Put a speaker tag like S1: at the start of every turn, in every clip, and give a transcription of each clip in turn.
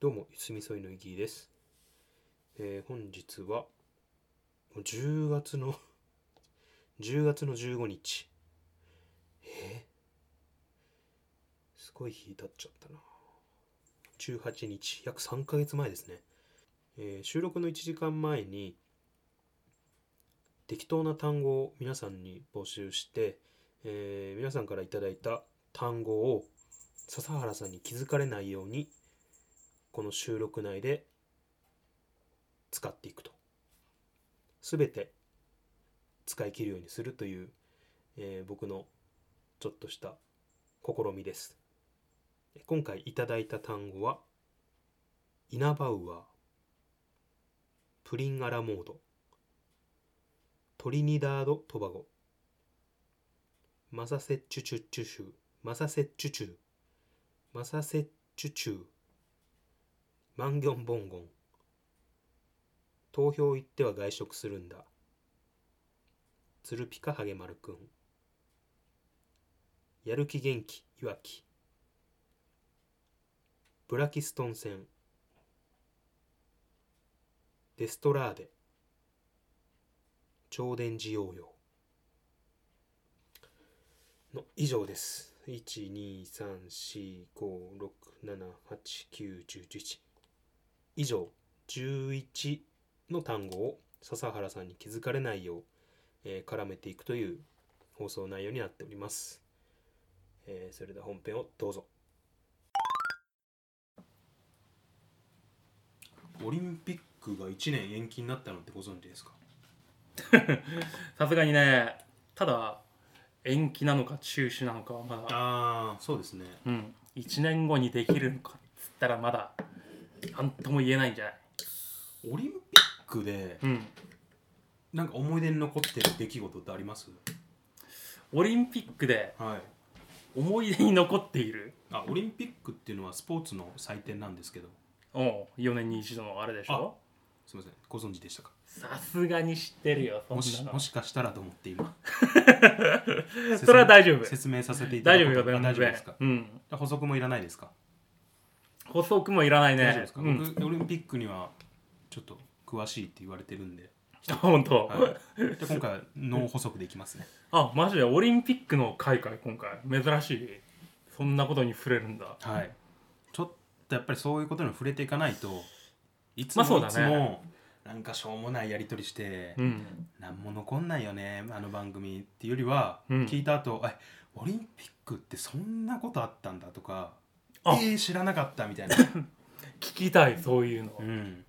S1: どうも、すみそいのいぎです。えー本日は、もう10月の、10月の15日。えーすごい日経っちゃったな。18日、約3ヶ月前ですね。えー収録の1時間前に、適当な単語を皆さんに募集して、えー皆さんからいただいた単語を笹原さんに気づかれないようにこの収録内で使っていくと全て使い切るようにするという、えー僕のちょっとした試みですえ今回いただいた単語はイナバウアープリンアラモードトリニダード・トバゴマサセッチュチュッチュ州マサセッチュチュマサセッチュチュマンギョンボンゴン投票行っては外食するんだつるぴかはげまるくんやる気元気いわきブラキストン戦デストラーデ超電磁応用の以上です。1、2、3、4、5、6、7、8、9、10、11。以上、11の単語を笹原さんに気づかれないよう、えー絡めていくという放送内容になっております。えーそれでは本編をどうぞ。オリンピックが1年延期になったのってご存知ですか
S2: さすがにねただ延期なのか中止なのかはまだ、
S1: ああ、そうですね。
S2: うん、1年後にできるのかっつったらまだ何とも言えないんじゃない
S1: オリンピックで
S2: うん
S1: なんか思い出に残ってる出来事ってあります
S2: オリンピックで
S1: はい。
S2: 思い出に残っている
S1: あ、オリンピックっていうのはスポーツの祭典なんですけど、
S2: おう4年に一度のあれでしょ
S1: すみません、ご存知でしたか
S2: さすがに知ってるよそん
S1: もし
S2: な
S1: も
S2: の
S1: しかしたらと思って 今。
S2: それは大丈夫
S1: 説明させていただ
S2: 大
S1: く
S2: 丈夫よ全
S1: あ大丈夫で
S2: 然
S1: すか
S2: うん
S1: 補足もいらないですか、
S2: 補足もいらないね
S1: 大丈夫ですか、
S2: うん、
S1: 僕、オリンピックにはちょっと詳しいって言われてる んで、
S2: 本当、
S1: はい、で今回は脳補足でいき ますね。
S2: あマジでオリンピックの開会今回珍しいそんなことに触れるんだ
S1: はい。ちょっとやっぱりそういうことに触れていかないと、いつ
S2: まあそ
S1: も
S2: う
S1: い
S2: だね
S1: つも、なんかしょうもないやり取りして、
S2: うん
S1: なんも残んないよねあの番組っていうよりは、
S2: うん
S1: 聞いた後えオリンピックってそんなことあったんだ」とか「え
S2: あ
S1: ー、知らなかった」みたい な、
S2: 聞きたいそういうの
S1: うん、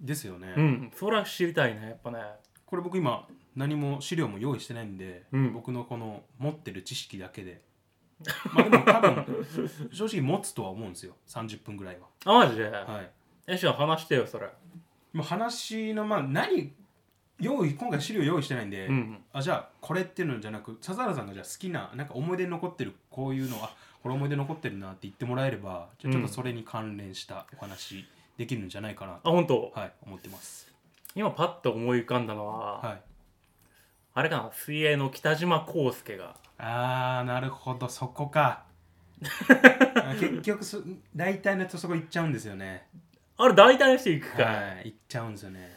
S1: ですよね、
S2: うん、それは知りたいね、やっぱね。
S1: これ僕今何も資料も用意してないんで、
S2: うん
S1: 僕のこの持ってる知識だけでまあでも多分正直持つとは思うんですよ30分ぐらいは、
S2: あ、マジで、
S1: はい、
S2: え、しょ、話してよ、それ。
S1: もう話のまあ何用意今回資料用意してないんで、
S2: うん。
S1: あじゃあこれっていうのじゃなく笹原さんがじゃあ好きななんか思い出に残ってるこういうのあこれ思い出に残ってるなって言ってもらえればじゃあちょっとそれに関連したお話できるんじゃないかな
S2: あ、
S1: と、
S2: 本当。
S1: はい思ってます
S2: 今パッと思い浮かんだのは、
S1: はい
S2: あれかな、水泳の北島康介が。
S1: あーなるほどそこかあ結局そ大体の人そこ行っちゃうんですよね
S2: あれ、大体の人行くか、
S1: はい行っちゃうんですよね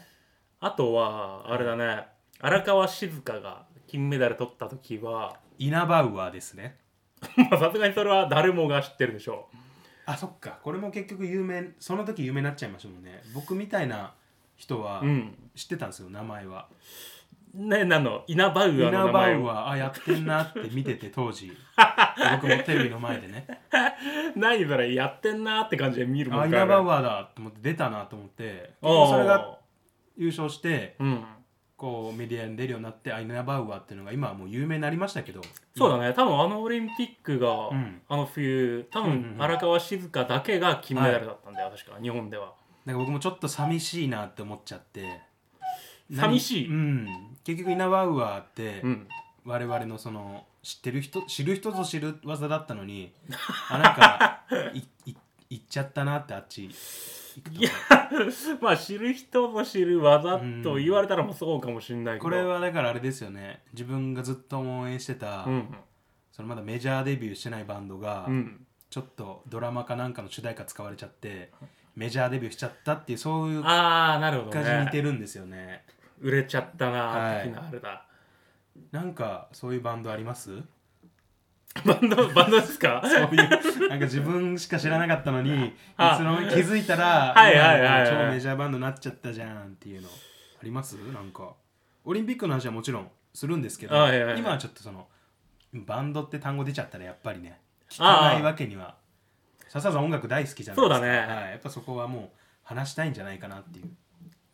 S2: あとは、あれだね、荒川静香が金メダル取った時は、
S1: イナバウアーですね
S2: まあさすがにそれは誰もが知ってるでしょ
S1: あそっかこれも結局有名その時有名になっちゃいましたもんね僕みたいな人は
S2: う。うん。
S1: 知ってたんですよ名前は
S2: ね、なの、イナバウア
S1: イ
S2: ーの
S1: ナ
S2: 名
S1: バ
S2: 前
S1: ウ
S2: を。
S1: はあやってんなって見てて当 時僕もテレビの前でね
S2: 何それ、やってんなーって感じで見るもん
S1: あイ
S2: か
S1: ナバウアーだと思って出たなと思って
S2: おー
S1: それが優勝して
S2: うん。
S1: こうメディアに出るようになってあイナバウアーっていうのが今はもう有名になりましたけど
S2: そうだね、多分あのオリンピックが、
S1: うん
S2: あの冬、多
S1: うんうん
S2: 分
S1: うん
S2: 荒川静香だけが金メダルだったんだよ、確か、日本では。
S1: なんか僕もちょっと寂しいなって思っちゃって
S2: 寂しい
S1: 何うん結局イナバウアーって
S2: うん、
S1: 我々のその知ってる人知る人ぞ知る技だったのにあなんかいい行っちゃったなってあっち行くと
S2: まあ、知る人ぞ知る技と言われたらもうそうかもしれないけど、
S1: これ、はだからあれですよね自分がずっと応援してた、
S2: うん、
S1: そのまだメジャーデビューしてないバンドが、
S2: うん、
S1: ちょっとドラマかなんかの主題歌使われちゃってメジャーデビューしちゃったっていうそういう
S2: ああなるほど
S1: 感じに似て
S2: ね
S1: るんですよね
S2: 売れちゃったな
S1: はい
S2: 的なあれだ
S1: なんかそういうバンドあります
S2: バンドバンドですか
S1: そういうなんか自分しか知らなかったのにい
S2: あ
S1: つの間に気づいたら
S2: はいはいはいはい
S1: 今超メジャーバンドになっちゃったじゃんっていうのありますなんかオリンピックの話はもちろんするんですけど、
S2: あはいはいはい
S1: 今はちょっとそのバンドって単語出ちゃったらやっぱりね聞
S2: あ
S1: かないわけには笹さん音楽大好きじゃないですか
S2: そうだね
S1: はい、やっぱそこはもう話したいんじゃないかなっていう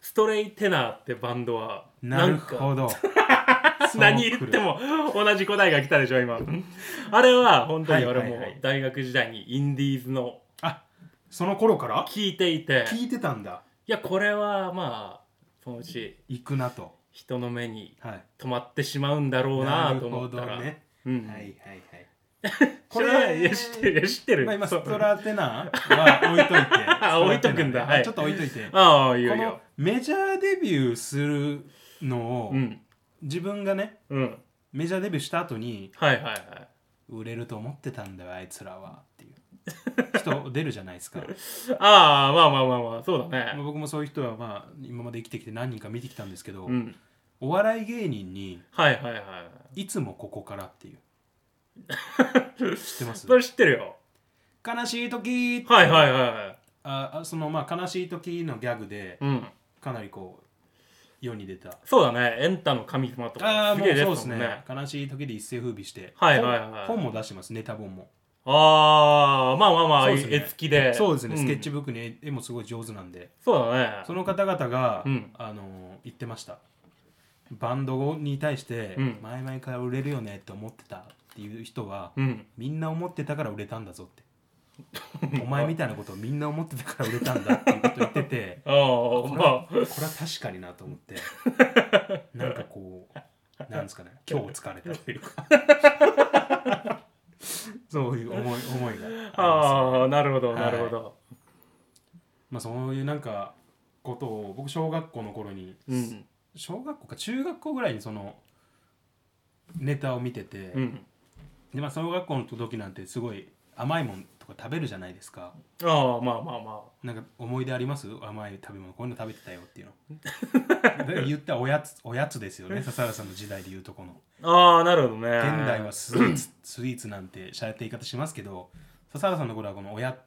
S2: ストレイテナーってバンドは
S1: なる
S2: なんか
S1: ほどそう
S2: 何言っても同じ答えが来たでしょ今あれは本当に俺
S1: はい
S2: も
S1: はいはい
S2: 大学時代にインディーズの
S1: あその頃から
S2: 聞いていて
S1: 聞いてたんだ
S2: いやこれはまあそのうち
S1: 行くなと
S2: 人の目に
S1: はい
S2: 止まってしまうんだろうなと思った
S1: なる
S2: ら、
S1: ほどね
S2: うん
S1: はいはいはい。
S2: これいや知ってるいや知ってる、
S1: まあ今
S2: そ
S1: ス
S2: う
S1: トラテナーは置いといて
S2: あ。置いとくんだ
S1: ストラテナーね
S2: はい
S1: ちょっと置いといて。こ
S2: ああいいよいい
S1: の
S2: よ
S1: メジャーデビューするのを
S2: うん
S1: 自分がね
S2: うん
S1: メジャーデビューした後に
S2: はいはいはい
S1: 売れると思ってたんだよあいつらはっていう 人出るじゃないですか。
S2: ああまあまあまあまあそうだ
S1: まあ
S2: ね
S1: 僕もそういう人はまあ今まで生きてきて何人か見てきたんですけど
S2: う、ん
S1: お笑い芸人に
S2: はいはいはい
S1: つもここからって いう。知ってま
S2: い
S1: す
S2: それ知ってるよ
S1: 悲しい時
S2: はいはいはいはい
S1: ああそのまあ悲しい時のギャグで
S2: うん
S1: かなりこう世に出た
S2: そうだねエンタの神様
S1: あ
S2: とか
S1: あ
S2: す
S1: も
S2: げえ
S1: う
S2: 出
S1: そうで
S2: てた
S1: す
S2: もん
S1: ね
S2: ね
S1: 悲しい時で一世風靡して
S2: はいはいはい
S1: 本本も出してますネタ本も
S2: ああまあまあまあ、
S1: そうですね
S2: 絵付きで
S1: そうですね、スケッチ
S2: ブ
S1: ブックに絵絵もすごい上手なんで
S2: そうだ
S1: そ
S2: ね
S1: の方々が、
S2: うん
S1: あのー言ってましたバンドに対して、
S2: うん
S1: 前々から売れるよねって思ってたっていう人は、
S2: うん
S1: みんな思ってたから売れたんだぞ ってお前みたいなことをみんな思ってたから売れたんだっていうことを言ってて
S2: ああ
S1: これ
S2: ま
S1: は
S2: あ
S1: これは確かになと思って なんかこうなんですかね今日疲れたというか そういう思い思いがあります
S2: ああなるほど
S1: はい
S2: なるほど、
S1: まあそういうなんかことを僕小学校の頃に、
S2: うん
S1: 小学校か中学校ぐらいにそのネタを見てて、
S2: うん
S1: でまあ小学校の時なんてすごい甘いもんとか食べるじゃないですか
S2: ああまあまあま
S1: なんか思い出あります甘い食べ物こういうの食べてたよっていう ので言ったらおやつおやつですよね笹原さんの時代で言うとこの
S2: あああなるほどね
S1: 現代はスイ ーツスイーツなんてしゃれた言い方しますけど笹原さんの頃はこのおや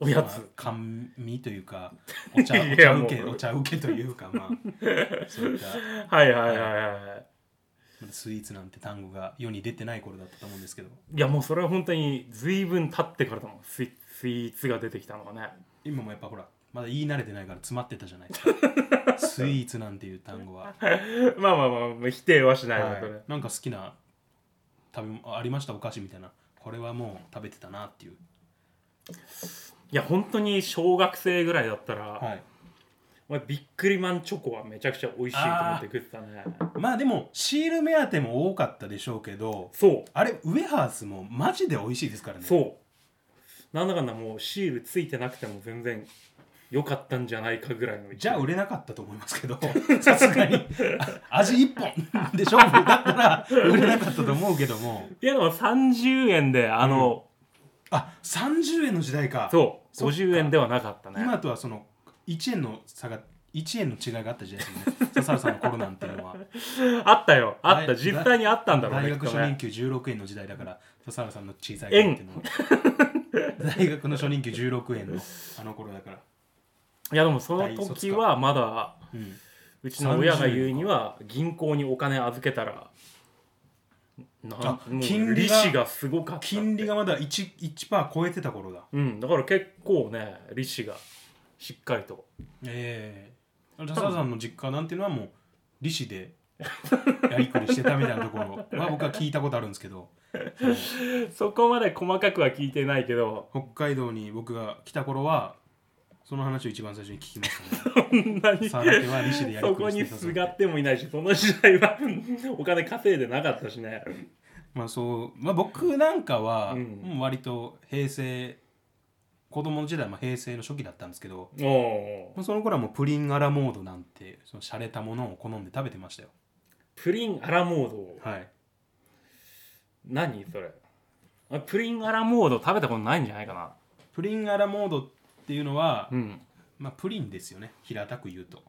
S2: おやつ、
S1: まあ甘味というか お茶お
S2: い
S1: 茶
S2: やもう
S1: 受けお茶受けというか まあそういった
S2: はいはいはいはい
S1: まだスイーツなんて単語が世に出てない頃だったと思うんですけど
S2: いやもうそれは本当に随分経ってからだもんスイスイーツが出てきたのはね
S1: 今もやっぱほらまだ言い慣れてないから詰まってたじゃない ですかスイーツなんていう単語は、
S2: まあまあまあ否定はしないのとね、
S1: なんか好きな食べ物ありましたお菓子みたいなこれはもう食べてたなっていう
S2: いや本当に小学生ぐらいだったら、
S1: はい
S2: お前ビックリマンチョコはめちゃくちゃ美味しいと思って食ってたね
S1: まあでもシール目当ても多かったでしょうけど
S2: そう
S1: あれウエハースもマジで美味しいですからね
S2: そうなんだかんだもうシールついてなくても全然良かったんじゃないかぐらいの
S1: じゃあ売れなかったと思いますけど さすがにあ味一本で勝負だったら売れなかったと思うけども
S2: いやでも30円であの、
S1: あ30円の時代か
S2: そう
S1: そっか
S2: 50円ではなかったね
S1: 今とはその1円の差が1円の違いがあった時代ですよね笹原さんの頃なんていうのは
S2: あったよあった
S1: 大
S2: 実際にあったんだろう
S1: 大
S2: ね
S1: 学
S2: きっと
S1: 初
S2: ね
S1: 任給16円の時代だから笹原さんの小さい頃っていうのは 大学の初任給16円のあの頃だから
S2: いやでもその時はまだ
S1: うん
S2: うちの親が言うには銀行にお金預けたらな
S1: あ
S2: もう
S1: 金利
S2: 利
S1: が
S2: 子がすごかったって
S1: 金利がまだ 1, 1パー超えてた頃だ
S2: うんだから結構ね利子がしっかりと
S1: ええ笹原さんの実家なんていうのはもう利子で やりくりしてたみたいなところ は僕は聞いたことあるんですけどそう
S2: そこまで細かくは聞いてないけど
S1: 北海道に僕が来た頃はその話を一番最初に聞きましたね
S2: そんなに
S1: サラテは利子でやり
S2: そこ
S1: くり
S2: に
S1: してたぞ
S2: すがってもいないしその時代は お金稼いでなかったしね
S1: まあそう、まあ、僕なんかは、
S2: うん
S1: もう割と平成子供の時代はまあ平成の初期だったんですけど
S2: おお
S1: もうその頃はもうプリンアラモードなんてその洒落たものを好んで食べてましたよ
S2: プリンアラモード
S1: はい
S2: 何それあプリンアラモード食べたことないんじゃないかな
S1: プリンアラモードっていうのは、
S2: うん
S1: まあプリンですよね平たく言うと、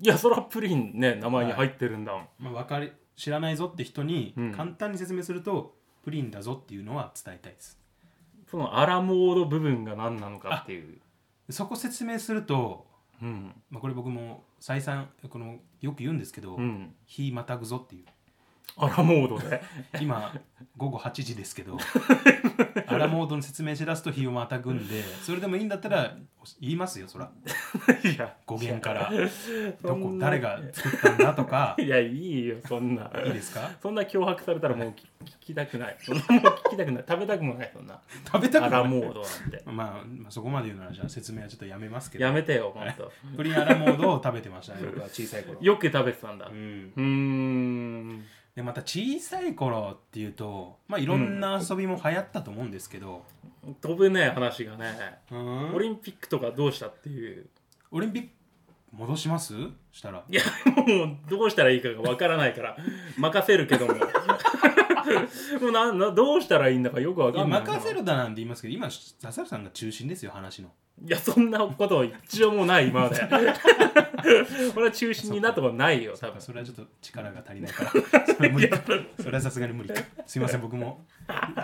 S2: いやそらプリンね名前に入ってるんだもん、
S1: まあ、わかり知らないぞって人に
S2: うん
S1: 簡単に説明すると、プリンだぞっていうのは伝えたいです
S2: そのアラモード部分が何なのかっていう
S1: そこ説明すると、
S2: うん
S1: まあ、これ僕も再三このよく言うんですけど、
S2: うん
S1: 日またぐぞっていう
S2: アラモード で
S1: 今午後8時ですけどアラモードの説明しだすと日をまたぐんでそれでもいいんだったら言いますよそら
S2: いや
S1: 語源からど
S2: そ
S1: こ
S2: んな
S1: 誰が作ったんだと か
S2: いやいいよそんない
S1: いですか
S2: そんな脅迫されたらもう聞聞きたくないそんなもう聞きたくない食べたくもないそんな
S1: 食べた
S2: ア
S1: く
S2: ラ
S1: ない
S2: モードなんて
S1: まあ、まあそこまで言うならじゃあ説明はちょっとやめますけど
S2: やめてよほんと
S1: プリンアラモードを食べてましたね僕は小さい頃
S2: よく食べてたんだ
S1: う
S2: うんーん
S1: でまた小さい頃っていうとまあいろんな遊びも流行ったと思うんですけど、
S2: 飛ぶね話がね
S1: うん
S2: オリンピックとかどうしたっていう
S1: オリンピック戻しますしたら
S2: いやもうどうしたらいいかがわからない から任せるけども もうななどうしたらいいんだかよくわ
S1: い
S2: か
S1: や
S2: んないな
S1: 任せるだなんて言いますけど今笹原さんが中心ですよ話の
S2: いやそんなこと一応もうない今まで 俺は中心になったことないよ多分
S1: それはちょっと力が足りないから それは無理かそれはさすがに無理かすいません僕も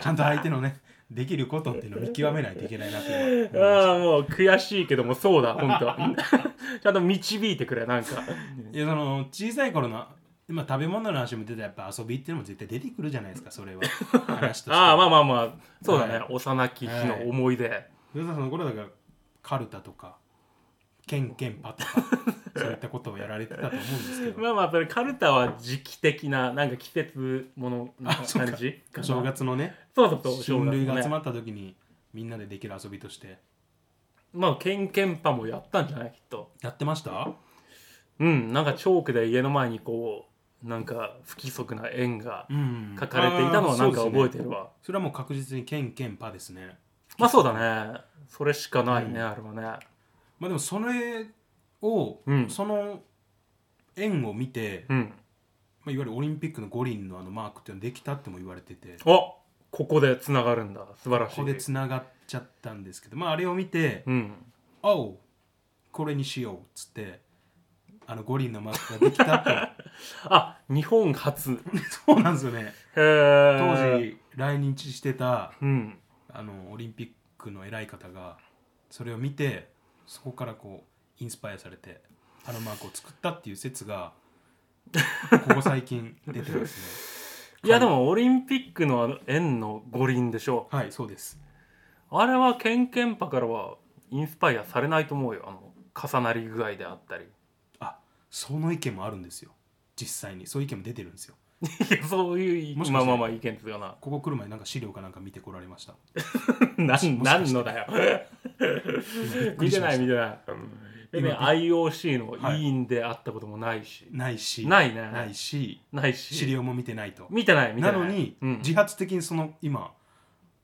S1: ちゃんと相手のねできることっていうのを見極めないといけないなと思いま
S2: ああもう悔しいけどもそうだ本当 ちゃんと導いてくれ なんか
S1: すいやその小さい頃の今食べ物の話も出てたやっぱ遊びっていうのも絶対出てくるじゃないですかそれは話として
S2: ああまあまあまあそうだね、
S1: は
S2: 幼き日の思い出、
S1: 古田さんの頃だからカルタとかケンケンパとかそういったことをやられてたと思うんですけど
S2: まあまあそれカルタは時期的ななんか季節ものな
S1: あそうか
S2: 感じかな
S1: 正月のね
S2: そうそうそう正月
S1: 親類が集
S2: ね
S1: まった時にみんなでできる遊びとして
S2: まあケンケンパもやったんじゃないきっと
S1: やってました
S2: うんなんかチョークで家の前にこうなんか不規則な円が
S1: うん
S2: 書かれていたのはなんか覚えて
S1: る
S2: るわ、
S1: それはもう確実にケンケンパですね
S2: まあそうだねそれしかないね、
S1: うん
S2: あれはね
S1: まあでもそれを、
S2: うん
S1: その縁を見て、
S2: うん
S1: まあ、いわゆるオリンピックの五輪のあのマークっていうのができたっても言われててこ
S2: あここでつながるんだ素晴らしい
S1: こでつながっちゃったんですけどまああれを見て
S2: うん
S1: 「おうこれにしよう」っつってあの五輪のマークができたって
S2: あ日本初へ
S1: そうなんですよね
S2: え
S1: 当時来日してた
S2: うん
S1: あのオリンピックの偉い方がそれを見てそこからこうインスパイアされてあのマークを作ったっていう説がここ最近出て ますね
S2: いやでもオリンピックのあの円の五輪でしょ
S1: はいそうです
S2: あれはケンケンパからはインスパイアされないと思うよあの重なり具合であったり
S1: あその意見もあるんですよ実際にそういう意見も出てるんですよ
S2: いやそういう
S1: もしかして
S2: まあまあまあ意見ですよな
S1: ここ来る前になんか資料かなんか見てこられました
S2: なんなんのだよ 見てない見てない、で
S1: 今
S2: ね IOC の
S1: はい
S2: 委員であったこともないし、
S1: ないし
S2: ないね
S1: ないし
S2: ないし
S1: 資料も見てないと
S2: 見てない見て
S1: な
S2: な
S1: の
S2: い
S1: に、
S2: うん
S1: 自発的にその今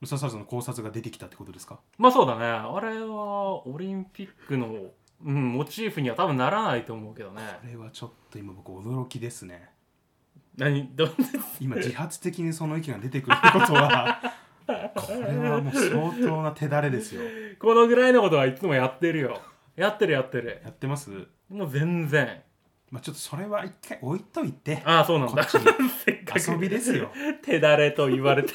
S1: 笹原さんの考察が出てきたってことですか
S2: まあそうだねあれはオリンピックの、うん、モチーフには多分ならないと思うけどね
S1: これはちょっと今僕驚きですね
S2: 何 どう
S1: 今自発的にその意見が出てくるってこと はこれはもう相当な手だれですよ
S2: このぐらいのことはいつもやってるよやってるやってる
S1: やってます
S2: もう全然
S1: まあちょっとそれは一回置いといて
S2: ああそうなん
S1: こ
S2: だ
S1: っちに
S2: せっかく
S1: 遊びです よ
S2: 手だれと言われて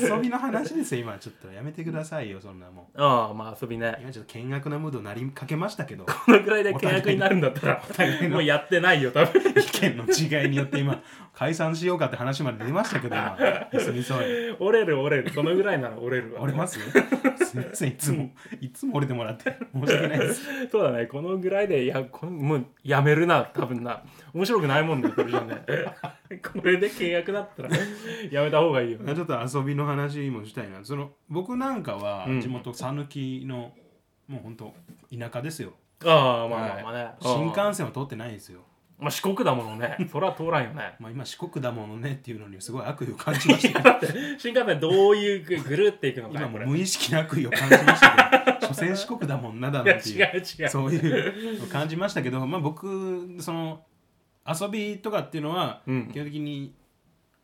S1: 遊びの話ですよ今ちょっとやめてくださいよそんなも
S2: ああまあ遊び
S1: う
S2: ね
S1: 今ちょっと見学なムードになりかけましたけ ど
S2: このぐらいで契約になるんだったら
S1: お互いの
S2: もうやってないよ多分
S1: 意見の違いによって今解散しようかって話まで出ましたけど 今休みそうに
S2: 折れる折れるそのぐらいなら折れるわ
S1: 折れ ますすいませんいつもいつも折れてもらって申し訳ないです
S2: そうだねこのぐらいでいやこのもうやめるな多分な面白くないもんだよこれじゃね これで契約だったらやめた方がいいよ
S1: ちょっと遊びの話もしたいなその僕なんかは
S2: うん
S1: 地元讃岐の、もうほんと田舎ですよ、
S2: ああまあまあまあね、
S1: はい新幹線は通ってないですよ
S2: まあ四国だものねそれは通らんよ ね
S1: まあ今四国だものねっていうのにすごい悪意を感じま したけど
S2: だって新幹線どういうぐぐるっていくのか
S1: 今
S2: なこ
S1: も
S2: れ
S1: う無意識な悪意を感じましたけ ど所詮四国だもんなだ
S2: いや
S1: なってい
S2: 違
S1: う
S2: う違う
S1: そういうのを感じましたけどまあ僕その遊びとかっていうのは
S2: うん
S1: 基本的に、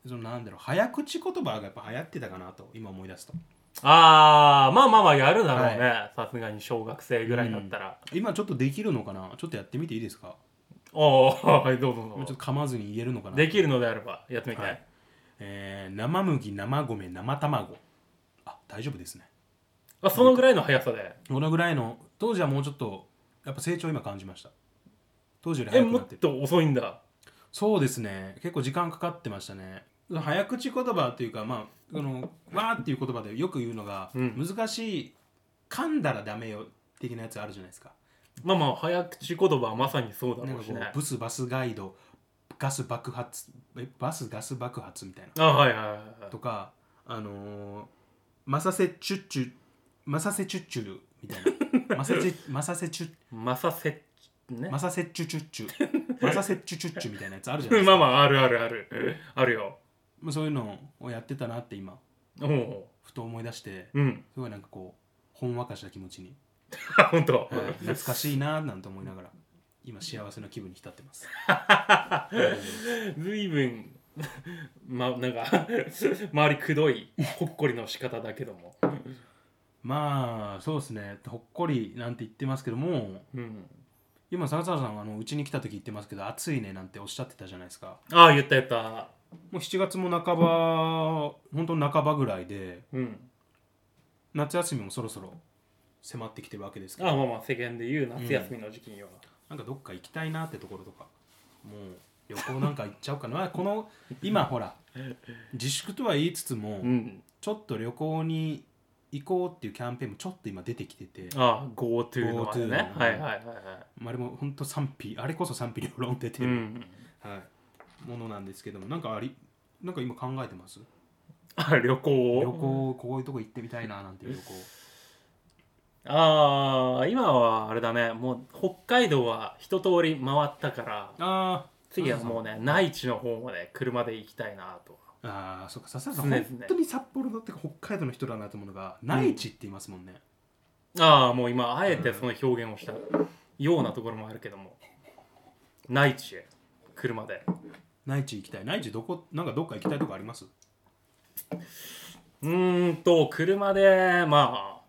S1: そのなんだろう早口言葉がやっぱ流行ってたかなと今思い出すと
S2: ああまあまあまあやるだろう
S1: は
S2: ねさすがに小学生ぐらいだったら、
S1: 今ちょっとできるのかなちょっとやってみていいですか
S2: おおはいどうぞどうぞ
S1: もうちょっと噛まずに言えるのかな
S2: できるのであればやってみて、
S1: はいえー生麦生米生卵あ大丈夫ですね
S2: あそのぐらいの速さで
S1: このぐらいの当時はもうちょっとやっぱ成長今感じました当時より
S2: え
S1: 早く
S2: も
S1: なっ
S2: って
S1: る
S2: と遅いんだ
S1: そうですね結構時間かかってましたね早口言葉というかまああのわーっていう言葉でよく言うのが、
S2: うん
S1: 難しい噛んだらダメよ的なやつあるじゃないですか
S2: まあまあ早口言葉はまさにそうだ
S1: なんか
S2: ろ
S1: こ
S2: うし
S1: う
S2: ね
S1: ブスバスガイドガス爆発えバスガス爆発みたいな
S2: あはいはいはいはい
S1: とかあのーマサセチュッチュマサセチュッチュルみたい なマサセマサセチュ
S2: マサセね
S1: マサセチュチュッチュマサセチュチュッチュみたいなやつあるじゃないですか
S2: まあまああるあるあるあるよ
S1: まあそういうのをやってたなって今
S2: おお
S1: ふと思い出して
S2: ううん
S1: すごいなんかこうほんわかした気持ちに、
S2: あ本当、
S1: はい懐かしいなーなんて思いながら今幸せな気分に浸ってます
S2: ずいぶんまなんか 周りくどいほっこりの仕方だけども
S1: まあそうですねほっこりなんて言ってますけども
S2: うん
S1: 今坂沢さんあのうちに来た時言ってますけど暑いねなんておっしゃってたじゃないですか
S2: ああ言った言った
S1: もう7月も半ば本当半ばぐらいで
S2: うん
S1: 夏休みもそろそろ迫ってきてるわけですけ
S2: ああ
S1: ど
S2: まあまあ世間で言う夏休みの時期には、
S1: なんかどっか行きたいなってところとかもう旅行なんか行っちゃおうかな この今ほら自粛とは言いつつも、
S2: うん、
S1: ちょっと旅行に行こうっていうキャンペーンもちょっと今出てきてて
S2: ああ GoTo のあれね
S1: GoTo の
S2: はいはいはいは
S1: まああれも本当賛否あれこそ賛否両論出
S2: い、
S1: て
S2: う
S1: る、
S2: ん、
S1: はい、ものなんですけどもなんかありなんか今考えてます
S2: あ旅行
S1: 旅行こういうとこ行ってみたいななんていう旅行
S2: ああ今はあれだねもう北海道は一通り回ったから
S1: あ
S2: 次はもうね内地の方まで車で行きたいなと
S1: ーあーそっか笹田さん
S2: 常
S1: 本
S2: 々
S1: 当に札幌のってか北海道の人だなと思うのが内地って言いますもんね、
S2: ああもう今あえてその表現をしたようなところもあるけども内地へ車で
S1: 内地行きたい内地どこなんかどっか行きたいとこあります
S2: うーんと車でまあ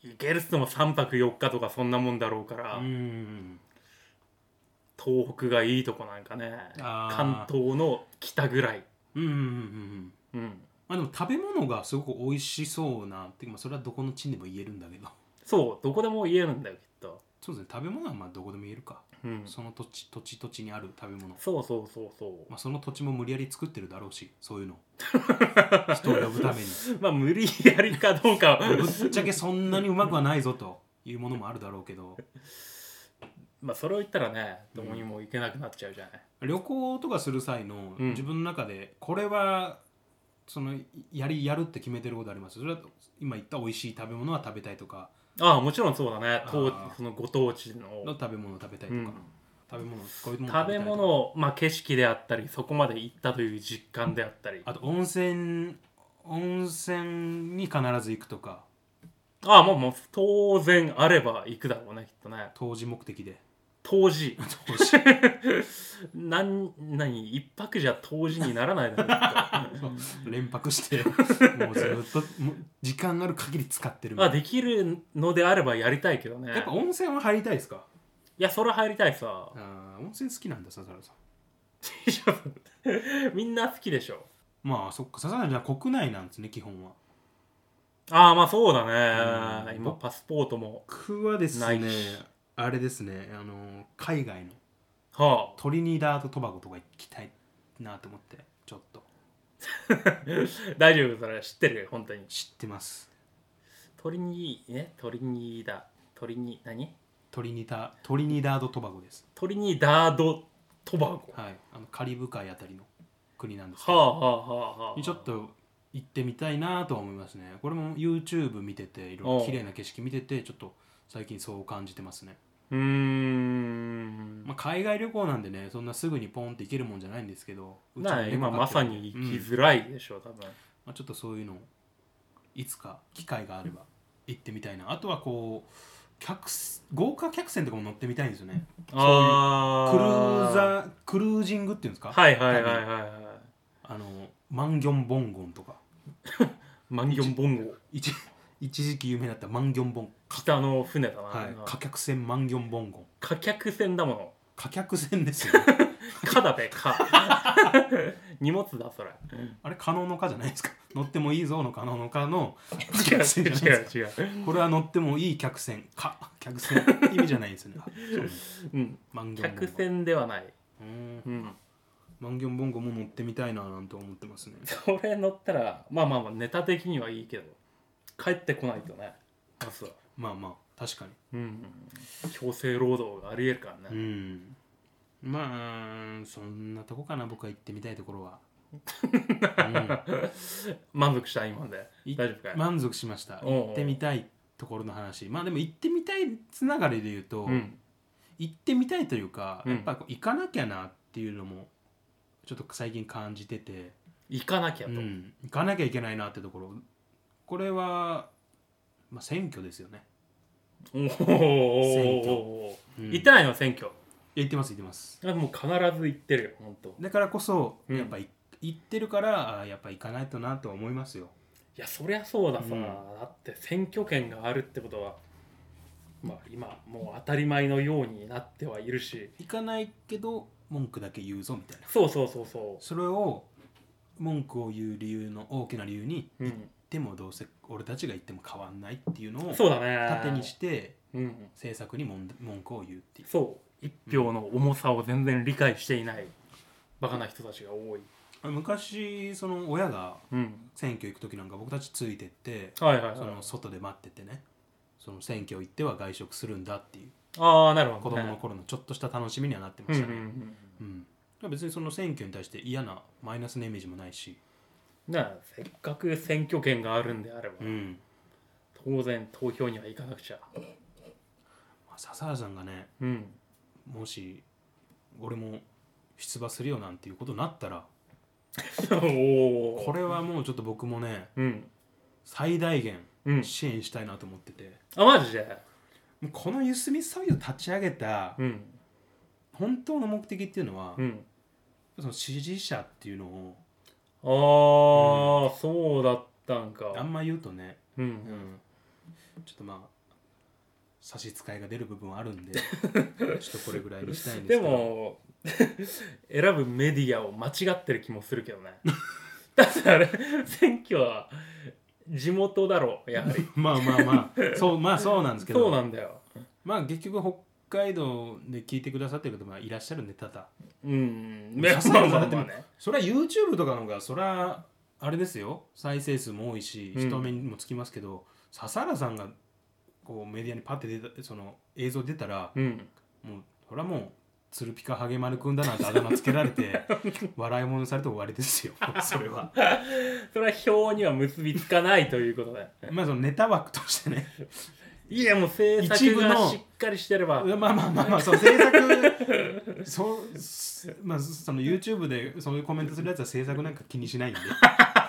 S2: 行けるっつっても3泊4日とかそんなもんだろうから、
S1: ん
S2: 東北がいいとこなんかね
S1: あー
S2: 関東の北ぐらい
S1: うんうんうんうん
S2: うん
S1: まあでも食べ物がすごく美味しそうなっていうかまあそれはどこの地にも言えるんだけど
S2: そうどこでも言えるんだよきっと、
S1: そうですね食べ物はまあどこでも言えるか、
S2: うん、
S1: その土地土地土地にある食べ物、
S2: そうそうそうそう
S1: まあ、その土地も無理やり作ってるだろうしそう いうの人を呼ぶために
S2: まあ無理やりかどうかは
S1: ぶっちゃけそんなにうまくはないぞというものもあるだろうけど
S2: まあそれを言ったらねどこにも行けなくなっちゃうじゃない、
S1: 旅行とかする際の
S2: うん
S1: 自分の中でこれはそのやりやるって決めてることありますそれは今言った美味しい食べ物は食べたいとか
S2: ああもちろんそうだねとう
S1: あー
S2: そのご当地
S1: の
S2: の、
S1: 食べ物を食べたいうとか、
S2: ん、
S1: 食べ物こういうもの
S2: 食
S1: た
S2: べ
S1: いとか
S2: 物を、まあ、景色であったりそこまで行ったという実感であったり
S1: あと温泉温泉に必ず行くとか
S2: ああもうもう当然あれば行くだろうねきっとね
S1: 当時目的で
S2: 当時
S1: 当時
S2: なん何一泊じゃ当時にならないだろうきっと
S1: 連泊してもうずっともう時間ある限り使ってる
S2: まあできるのであればやりたいけどね
S1: やっぱ温泉は入りたいですか
S2: いやそれ入りた いさ
S1: あー温泉好きなんだ笹原さん
S2: みんな好きでしょ
S1: まあそっか笹原さんじゃあ国内なんですね基本は
S2: ああまあそうだね
S1: うん
S2: 今パスポートも
S1: 僕はです
S2: ない
S1: ねあれですねあの海外の
S2: はあ
S1: トリニダード・トバゴとか行きたいなと思ってちょっと
S2: 大丈夫それ知ってる本当に
S1: 知ってます
S2: 鳥にね鳥にだ鳥に何
S1: トリニタトリニダード・トバゴです
S2: 鳥にダードトバゴ
S1: はいあのカリブ海あたりの国なんですけ
S2: は
S1: ど、
S2: あはあはあはあ
S1: ちょっと行ってみたいなとは思いますねこれも YouTube 見てていろい
S2: お
S1: ろ
S2: う
S1: 綺麗な景色見ててちょっと最近そう感じてますね、
S2: うーん
S1: まあ、海外旅行なんでねそんなすぐにポンって行けるもんじゃないんですけどうちも
S2: なあ
S1: ね
S2: 今
S1: かか
S2: ま
S1: って
S2: さ
S1: るんで
S2: に生き
S1: うん
S2: づらいでしょう多分
S1: まあ、ちょっとそういうのをいつか機会があれば行ってみたいなあとはこう客す豪華客船とかも乗ってみたいんですよねク
S2: あ
S1: ルーザークルージングっていうんですか
S2: はいはいはいはいはい
S1: あのマンギョンボンゴンとか
S2: マンギョンボン号
S1: 一一時期有名だったマンギョンボン、
S2: 北の船だな、
S1: はい
S2: うん、
S1: 貨客船マンギョンボンゴン
S2: 貨客船だもの
S1: 貨客船ですよね
S2: かだべか 荷物だそれ
S1: あれ可能の貨じゃないですか乗ってもいいぞの可能の貨の
S2: 違う違う違う違う
S1: これは乗ってもいい客船貨客船意味じゃない ですね
S2: うん
S1: マンギョンボ
S2: 客
S1: ンゴン
S2: 船ではない、
S1: うん
S2: うん、
S1: マンギョンボンゴンも乗ってみたいななんて思ってますね
S2: それ乗ったらまあまあまあネタ的にはいいけど帰ってこないとねまずは
S1: まあまあ確かに
S2: うん強制労働がありえるから
S1: う
S2: ね、
S1: んまあそんなとこかな僕は行ってみたいところは、うん
S2: 満足した今で
S1: い
S2: 大丈夫かい、
S1: 満足しました
S2: おうおう
S1: 行ってみたいところの話まあでも行ってみたいつながりで言うと、
S2: うん
S1: 行ってみたいというか、
S2: うん
S1: やっぱこう行かなきゃなっていうのもちょっと最近感じてて、
S2: 行かなきゃ
S1: う
S2: と、
S1: ん、行かなきゃいけないなってところこれは、まあ、選挙ですよね、
S2: おおおお
S1: うん
S2: 行ってないの選挙
S1: いや行ってます行ってます
S2: あもう必ず行ってるよ本当い
S1: だからこそ、
S2: うん
S1: やっぱい行ってるからあやっぱ行かないとなとは思いますよ
S2: やそりゃそうださ、
S1: うん
S2: だって選挙権があるってことはまあ今もう当たり前のようになってはいるし
S1: 行かないけど文句だけ言うぞみたいな
S2: そうそうそうそ
S1: それを文句を言う理由の大きな理由に
S2: う、うん、
S1: でもどうせ俺たちが言っても変わんないっていうのを
S2: そうだね
S1: 盾にして
S2: うん、
S1: 政策に文文句を言うっていう
S2: そう一票の重さを全然理解していないバカな人たちが多い、
S1: あ昔その親が
S2: うん、
S1: 選挙行く時なんか僕たちついてって
S2: はいはいはい
S1: その外で待っててねその選挙行っては外食するんだっていう
S2: ああなるほ
S1: 子
S2: ど、
S1: 供
S2: ね、
S1: の頃のちょっとした楽しみにはなってま
S2: うんう
S1: し
S2: ん
S1: たね、うん別にその選挙に対して嫌なマイナスのイメージもないし、
S2: うん、なあせっかく選挙権があるんであれば、
S1: うん
S2: 当然投票には行かなくちゃ、
S1: まあ、笹原さんがね
S2: うん、
S1: もし俺も出馬するよなんていうことになったら
S2: おお
S1: これはもうちょっと僕もね
S2: うん
S1: 最大限
S2: うん
S1: 支援したいなと思ってて、
S2: あマジで
S1: もうこのゆすみ騒ぎを立ち上げた
S2: うん
S1: 本当の目的っていうのは、
S2: うん
S1: その支持者っていうのを
S2: ああ、そうだったんか
S1: あんま言うとね、
S2: う
S1: うんん、ちょっとまあ差し支えが出る部分はあるん でちょっとこれぐらいにしたいんですけ
S2: で
S1: ど
S2: も 選ぶメディアを間違ってる気もするけどね だってあれ選挙は地元だろやはり
S1: まあまあま あそうまあそうなんですけど
S2: そうなんだよ
S1: まあ結局北海道で聞いてくださってる方もいらっしゃるんでただ
S2: うん
S1: 刺さ
S2: まあ
S1: る
S2: まあ
S1: だって
S2: まあね
S1: それは YouTube とかの方がそれはあれですよ再生数も多いし
S2: うん
S1: 人目にもつきますけど、笹原さんがこうメディアにパッて出たその映像出たら、
S2: うん
S1: もうそれはもう鶴ピカハゲマルくんだなんてあだ名つけられて 笑い物にされて終わり ですよそれは
S2: それは票には結びつかないということで
S1: まあそのネタ枠としてね
S2: いやもう政策
S1: 一部
S2: が
S1: の
S2: しっかりしてれば
S1: まあまあまあまあその制作そうすまあその YouTube でそういうコメントするやつは制作なんか気にしないんで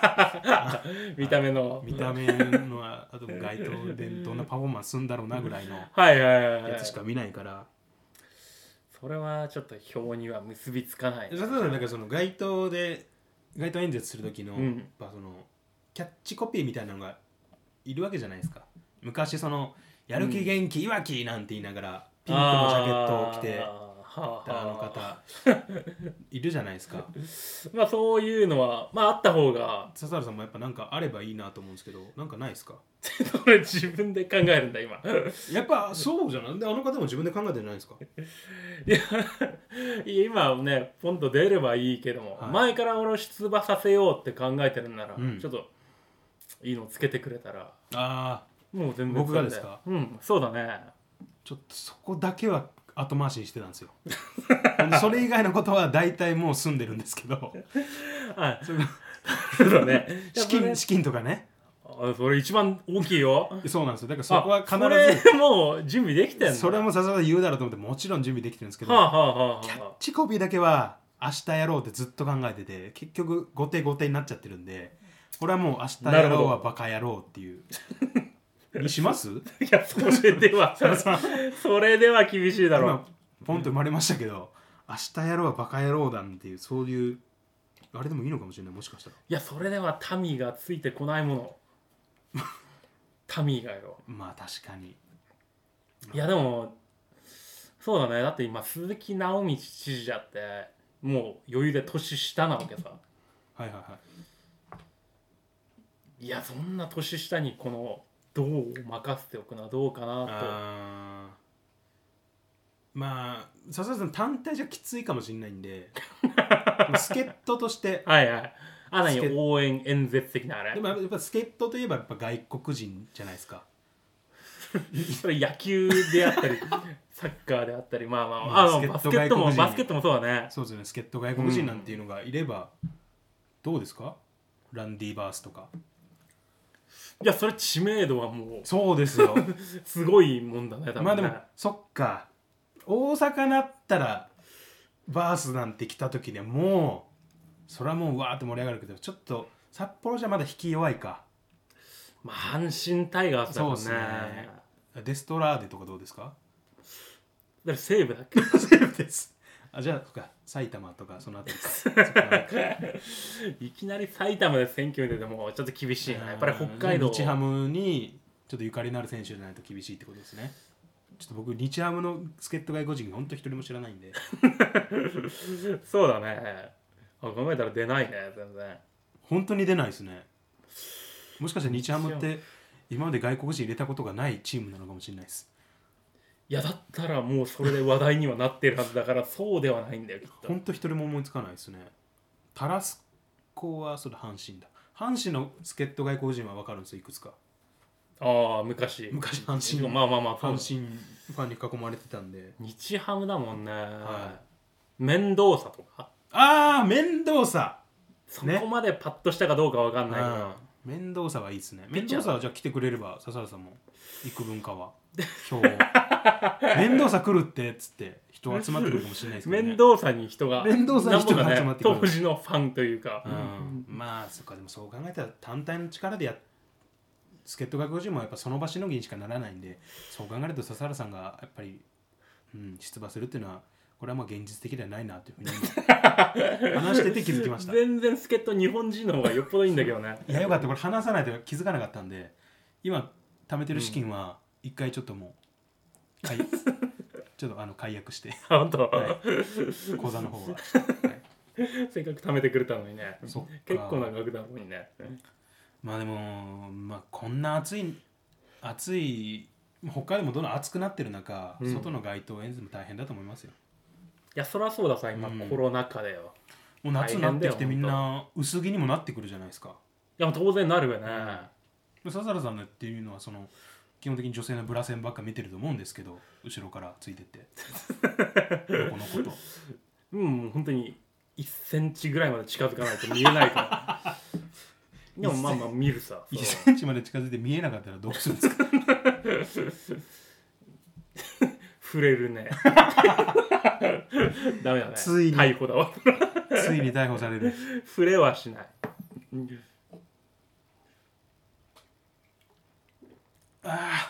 S2: 見た目の
S1: 見た目のあと街頭でどんなパフォーマンスするんだろうなぐらいの
S2: はいはいはい、は
S1: や
S2: い
S1: つ、しか見ないから
S2: それはちょっと票には結びつかない
S1: 例えばなんかその街頭で街頭演説する時の、
S2: うん
S1: やっぱそのキャッチコピーみたいなのがいるわけじゃないですか昔その「やる気元気いわき!」なんて言いながらピンクのジャケットを着て
S2: あー
S1: たあの方いるじゃないですか
S2: まあそういうのはまああった方が
S1: 笹原さんもやっぱなんかあればいいなと思うんですけどなんかないですか
S2: それ自分で考えるんだ今
S1: やっぱそうじゃないであの方も自分で考えてないですか
S2: いやいや今ねポンと出ればいいけども、
S1: はい
S2: 前から俺を出馬させようって考えてるんなら、
S1: うん
S2: ちょっといいのつけてくれたら
S1: ああ
S2: もう全然
S1: 僕がですか
S2: それうんそうだね
S1: ちょっとそこだけは後回しにしてたん ですよそれ以外のことは大体もう済んでるんです けど
S2: あそうだね
S1: 資
S2: い
S1: 金
S2: や
S1: 資金とかね
S2: それあそれ一番大きいよ
S1: そうなんですよだからそこは必
S2: あそれもう準備できてんの
S1: ず それもさすがに言うだろうと思ってもちろん準備できてるんですけ
S2: はあ
S1: ど
S2: はあはあは
S1: キャッ
S2: あ
S1: チコピーだけは明日やろうってずっと考えてて結局後手後手になっちゃってるんでこれはもう明日やろうはバカ野郎って いうにします
S2: いやそれではそれでは厳しいだろう
S1: 今ポンと生まれましたけど明日やろうはバカ野郎だなんていうそういうあれでもいいのかもしれないもしかしたら
S2: いやそれでは民がついてこないもの 民以外を
S1: まあ確かに
S2: いやでもそうだねだって今鈴木直道知事だってもう余裕で年下なわけさ
S1: はいはいはい
S2: いやそんな年下にこのどうを任せておくのはどうかな
S1: あーまあ笹田さん単体じゃきついかもしれないんでまあ助っ人として
S2: とはいはいあなに
S1: 助っ
S2: 応援演説的なあ
S1: で
S2: れ
S1: もやっぱ助っ人といえばやっぱ外国人じゃないですか
S2: それ野球で あったりサッカーであったりまあまあ,、あの、
S1: うん
S2: バス
S1: 助っ
S2: ケ
S1: 人
S2: ットも
S1: 外国人
S2: バスケットもそうだね
S1: そうですよね助っ人外国人なんていうのがいれば、どうですかランディ・バースとか
S2: いやそれ知名度はもう
S1: そうですよ
S2: すごいもんだね多分ね
S1: まあでもそっか大阪なったらバースなんて来た時でもうそれはもうわーって盛り上がるけどちょっと札幌じゃまだ引き弱いか
S2: まあ阪神タイガースだもんね
S1: そうっすねデストラーデとかどうです か
S2: だって西武だっけ
S1: セーフですあじゃあそっか埼玉とかそのあたり かそっか
S2: いきなり埼玉で選挙に出てもちょっと厳しいなやっぱり北海
S1: う
S2: 道
S1: ん日ハムにちょっとゆかりのある選手じゃないと厳しいってことですねちょっと僕日ハムの助っ人外国人ほんと一人も知らないんで
S2: そうだねあ考えたら出ないね全然
S1: 本当に出ないですねもしかしたら日ハムって今まで外国人入れたことがないチームなのかもしれないです
S2: いやだったらもうそれで話題にはなってるはずだからそうではないんだよきっと
S1: ほんと一人も思いつかないですねタラスコはそれ阪神だ阪神の助っ人外国人は分かるんですよいくつか
S2: ああ昔
S1: 昔阪神
S2: まあまあまあそう
S1: 阪神ファンに囲まれてたんで
S2: 日ハムだもんね、
S1: は
S2: 面倒さとか
S1: ああ面倒さ
S2: そこまでパッとしたかどうかわかんないけど、
S1: 面倒さはいいですね
S2: ピッ
S1: 面
S2: チャー
S1: 倒さはじゃあ来てくれれば笹原さん も幾分かは票を面倒さ来るってっつって人集まってくるかもしれないですけど、 ね、
S2: 面倒さに人が
S1: 面倒さに人が
S2: なん
S1: 集ま
S2: ぼ
S1: っ
S2: か
S1: て
S2: ね
S1: くる
S2: 当時のファンというか、
S1: うん、まあそっかでもそう考えたら単体の力でやっ助っ人外国人もやっぱその場しのぎにしかならないんでそう考えると笹原さんがやっぱり、うん、出馬するっていうのはこれはまあ現実的ではないなというふうに今話してて気づきま した
S2: 全然助っ人日本人の方がよっぽどいいんだけどね
S1: いやよかったこれ話さないと気づかなかったんで今貯めてる資金は一回ちょっともう、解ちょっとあの解約して
S2: あ本当、
S1: 口座の方は、はい
S2: せっかく貯めてくれたのにね
S1: そっか
S2: 結構な額だのにね
S1: まあでも、まあ、こんな暑い暑い北海道もどんどん暑くなってる中、
S2: うん
S1: 外の街頭演説も大変だと思いますよ
S2: いやそりゃそうださ今、
S1: うん
S2: コロナ禍だよ
S1: もう夏になってきて
S2: 大
S1: みん
S2: 変だよ
S1: な薄着にもなってくるじゃないですか
S2: いや当然なるよね、
S1: 笹原さんのっていうのはその基本的に女性のブラセンばっか見てると思うんですけど後ろからついてって横のこと
S2: うん、もう本当に1センチぐらいまで近づかないと見えないから でもまあまあ見るさ
S1: 1
S2: そう
S1: センチまで近づいて見えなかったらどうするん ですか
S2: 触れるね ダメだね
S1: ついに
S2: 逮捕だわ
S1: ついに逮捕される
S2: 触れはしない
S1: ダ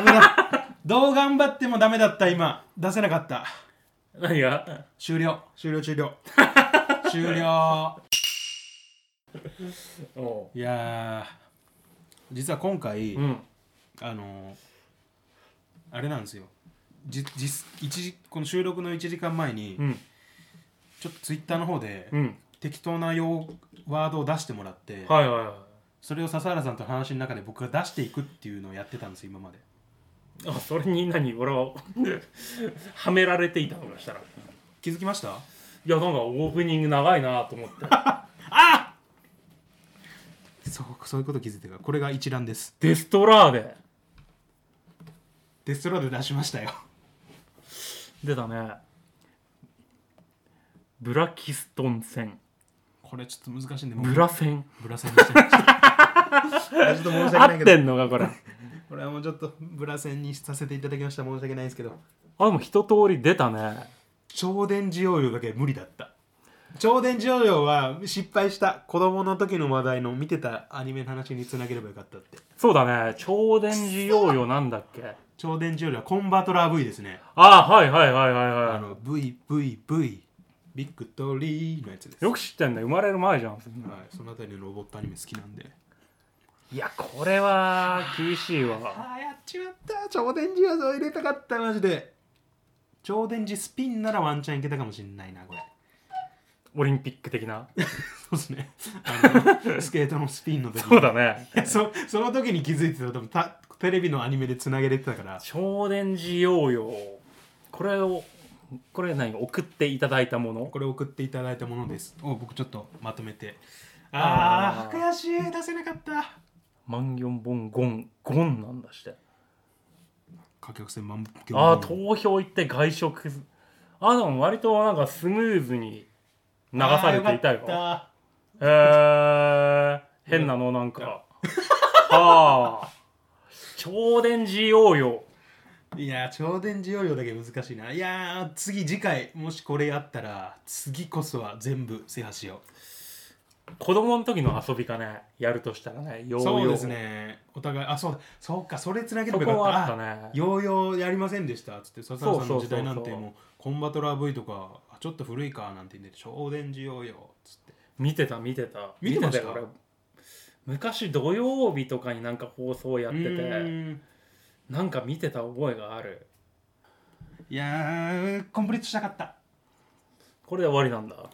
S1: メだどう頑張ってもダメだった今出せなかった
S2: 何が
S1: 終了終了終了 終了
S2: お
S1: いやー実は今回、
S2: ううん
S1: あのーあれなんですよじ実一時この収録の1時間前に、
S2: うん
S1: ちょっとツイッターの方で、
S2: うん
S1: 適当な用ワードを出してもらって、
S2: はいはいは
S1: それを笹原さんとの話の中で僕が出していくっていうのをやってたんですよ今まで
S2: いあそれに何俺は はめられていたのかしたらい
S1: 気づきました
S2: やなんかオープニング長いなと思って
S1: そうそういうこと気づいてからこれが一覧です
S2: デストラーデ
S1: デストローで出しましたよ
S2: 出たねブラキストン戦
S1: これちょっと難しいんでもう
S2: ブラ戦
S1: ぶらせにしてましたちょっと申し訳
S2: 合
S1: ない
S2: っ
S1: けど
S2: てんのかこれ
S1: これはもうちょっとブラセンにさせていただきました申し訳ないんですけど
S2: あでも一通り出たね
S1: 超電磁応用だけ無理だった超電磁応用は失敗した子供の時の話題の見てたアニメの話につなげればよかったって
S2: そうだね超電磁ヨーヨーなんだっけ
S1: 超電磁応用はコンバトラー V ですね
S2: あはいはいはいはい
S1: あ
S2: は
S1: の VVV ビクトリーのやつです
S2: いよく知ってんね生まれる前じゃん
S1: はい、そのあたりのロボットアニメ好きなんで
S2: いやこれは厳しいわ
S1: あーやっちまった超電磁技を入れたかったマジで超電磁スピンならワンチャンいけたかもしんないなこれ
S2: オリンピック的な
S1: そうですねあのスケートのスピンの時に
S2: そうだね
S1: そその時に気づいてたら多分たテレビのアニメでつなげれてたから
S2: 超電磁ヨーヨーこれをこれ何送っていただいたもの
S1: これ送っていただいたものですを僕ちょっとまとめて
S2: あ
S1: あ
S2: ー
S1: ー悔しい出せなかった
S2: マンギョンボンゴンゴンなんだして
S1: 歌曲戦満腹
S2: ああ投票行って外食あーでも割となんかスムーズに流されていたよ
S1: あ
S2: えー、変なのなんかはあ超電磁ヨーヨ
S1: ーよかったいやー超電磁要領だけ難しいないやー次次回もしこれやったら次こそは全部制覇しよ
S2: ー子供の時の遊びかねやるとしたらねヨ
S1: う
S2: ーヨー
S1: そうですねお互いあそうだそうかそれつなげれ
S2: そ
S1: ばよか
S2: こ
S1: っ
S2: はあったたね
S1: ヨーヨーやりませんでしたっつって笹原さん
S2: そう
S1: の
S2: そうそうそう
S1: 時代なんてもうコンバトラー V とかあちょっと古いかなんて言って超電磁ヨーヨーっつって
S2: 見てた見てた
S1: 見てました
S2: よ俺昔土曜日とかになんか放送やって
S1: う
S2: て
S1: ーん
S2: なんか見てた覚えがある
S1: いやーコンプリートしたかった
S2: これで終わりなんだ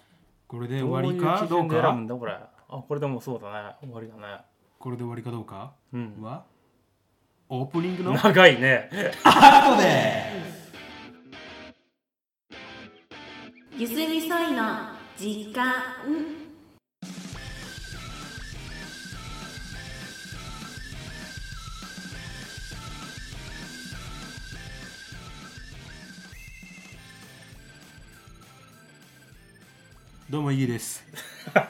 S1: これで終わりか
S2: ど
S1: ど
S2: ういう
S1: う
S2: 基準で選ぶ
S1: か
S2: んだこれあこれでもそうだね終わりだね
S1: これで終わりかどうか
S2: うん
S1: はオープニングの
S2: 長いね
S1: 後で
S3: ゆすみそいの時間
S1: どうもいいです、
S2: あ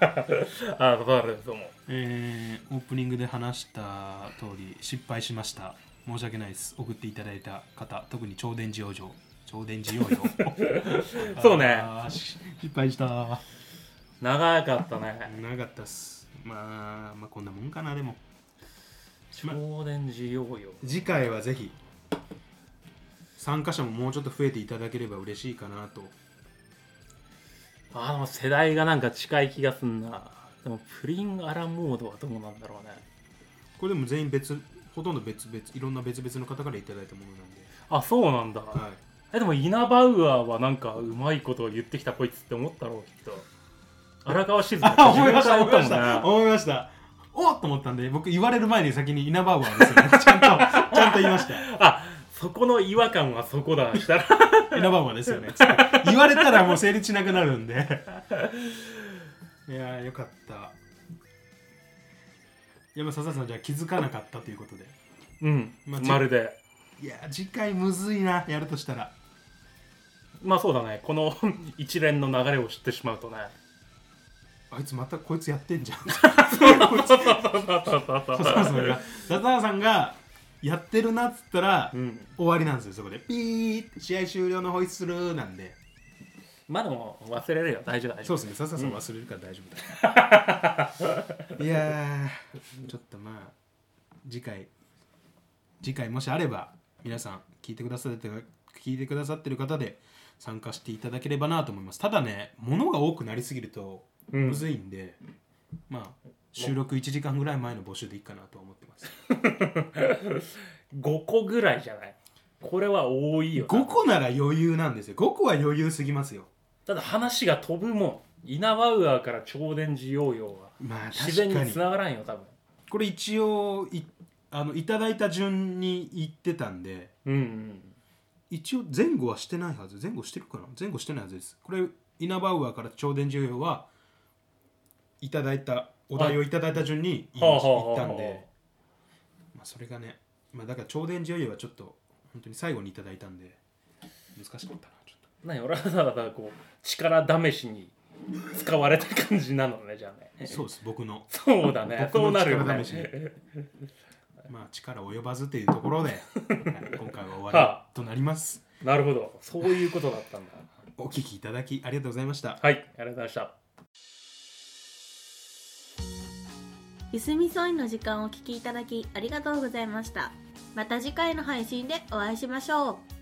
S2: あそうですどうも
S1: えー、オープニングで話した通り失敗しました申し訳ないです送っていただいた方特に超電磁養生超電磁養生
S2: そうね
S1: あーし失敗したな
S2: 長かったね
S1: かったっすまあまあこんなもんかなでもま
S2: 超電磁ヨーヨー
S1: 次回はぜひ参加者ももうちょっと増えていただければ嬉しいかなと
S2: あの世代がなんか近い気がすんなでもプリンアラモードはどうなんだろうね
S1: これでも全員別ほとんど別々いろんな別々の方からいただいたものなんで、
S2: あそうなんだ
S1: はい、
S2: えでもイナバウアーはなんかうまいことを言ってきたこいつって思ったろうきっと荒川静香
S1: あ思いました
S2: 自
S1: 思
S2: 分
S1: い
S2: から
S1: ま
S2: 思
S1: したた
S2: っもんね
S1: 思いましたおっと思ったんで僕言われる前に先に稲葉をですよね ちゃんとちゃんと言いました
S2: あそこの違和感はそこだしたら
S1: 稲葉はですよね つって言われたらもう成立しなくなるんでいやーよかったいやまあ笹田さんじゃあ気づかなかったということで
S2: うん、
S1: まあ
S2: まるで
S1: いやー次回むずいなやるとしたら
S2: まあそうだねこの一連の流れを知ってしま うとね
S1: あいつまたこいつやってん じゃん
S2: そうそうそうそうそう
S1: 笹田さんが笹田さんがやってるなっつったら、
S2: うん
S1: 終わりなんですよそこでピーって試合終了のホイッスルなんで
S2: まあでも忘れるよ大丈夫大丈
S1: そう
S2: 夫
S1: ですね、笹さん忘れるから大丈夫 だ。いやー、ちょっとまあ、次回、次回もしあれば、皆さん聞いてくださってる、聞いてくださってる方で参加していただければなと思います。ただね、物が多くなりすぎると、
S2: うん
S1: むずいんで、まあ、収録1時間ぐらい前の募集でいいかなと思ってます。
S2: 5個ぐらいじゃないこれは多いよな
S1: 5個なら余裕なんですよ。5個は余裕すぎますよ。
S2: ただ話が飛ぶもんイナバウアーから超電磁ヨーヨーは
S1: まあ、
S2: 自然
S1: 確か
S2: に
S1: に
S2: つ。ながらんよ多分
S1: これ一応い、あのいただいた順に言ってたんで、
S2: うん、うん
S1: 一応前後はしてないはず前後してるかな前後してないはずですこれイナバウアーから超電磁用はいただいたお題をいただいた順に言いまし言ったんで、まあ、それがね、まあ、だから超電磁用はちょっと本当に最後にいただいたんで難しかったなちょっ
S2: 何俺はただただこう力試しに使われた感じなのねじゃあね
S1: とそうです僕の
S2: そうだね
S1: 僕
S2: そう
S1: の
S2: なるよ
S1: 力
S2: ね
S1: 試しにまあ力及ばずっていうところで、はい今回は終わ
S2: は
S1: りとなります
S2: なるほどそういうことだったんだ
S1: お聞きいただきありがとうございました
S2: はいありがとうございました
S3: ゆすみそいの時間をお聞きいただきありがとうございましたまた次回の配信でお会いしましょう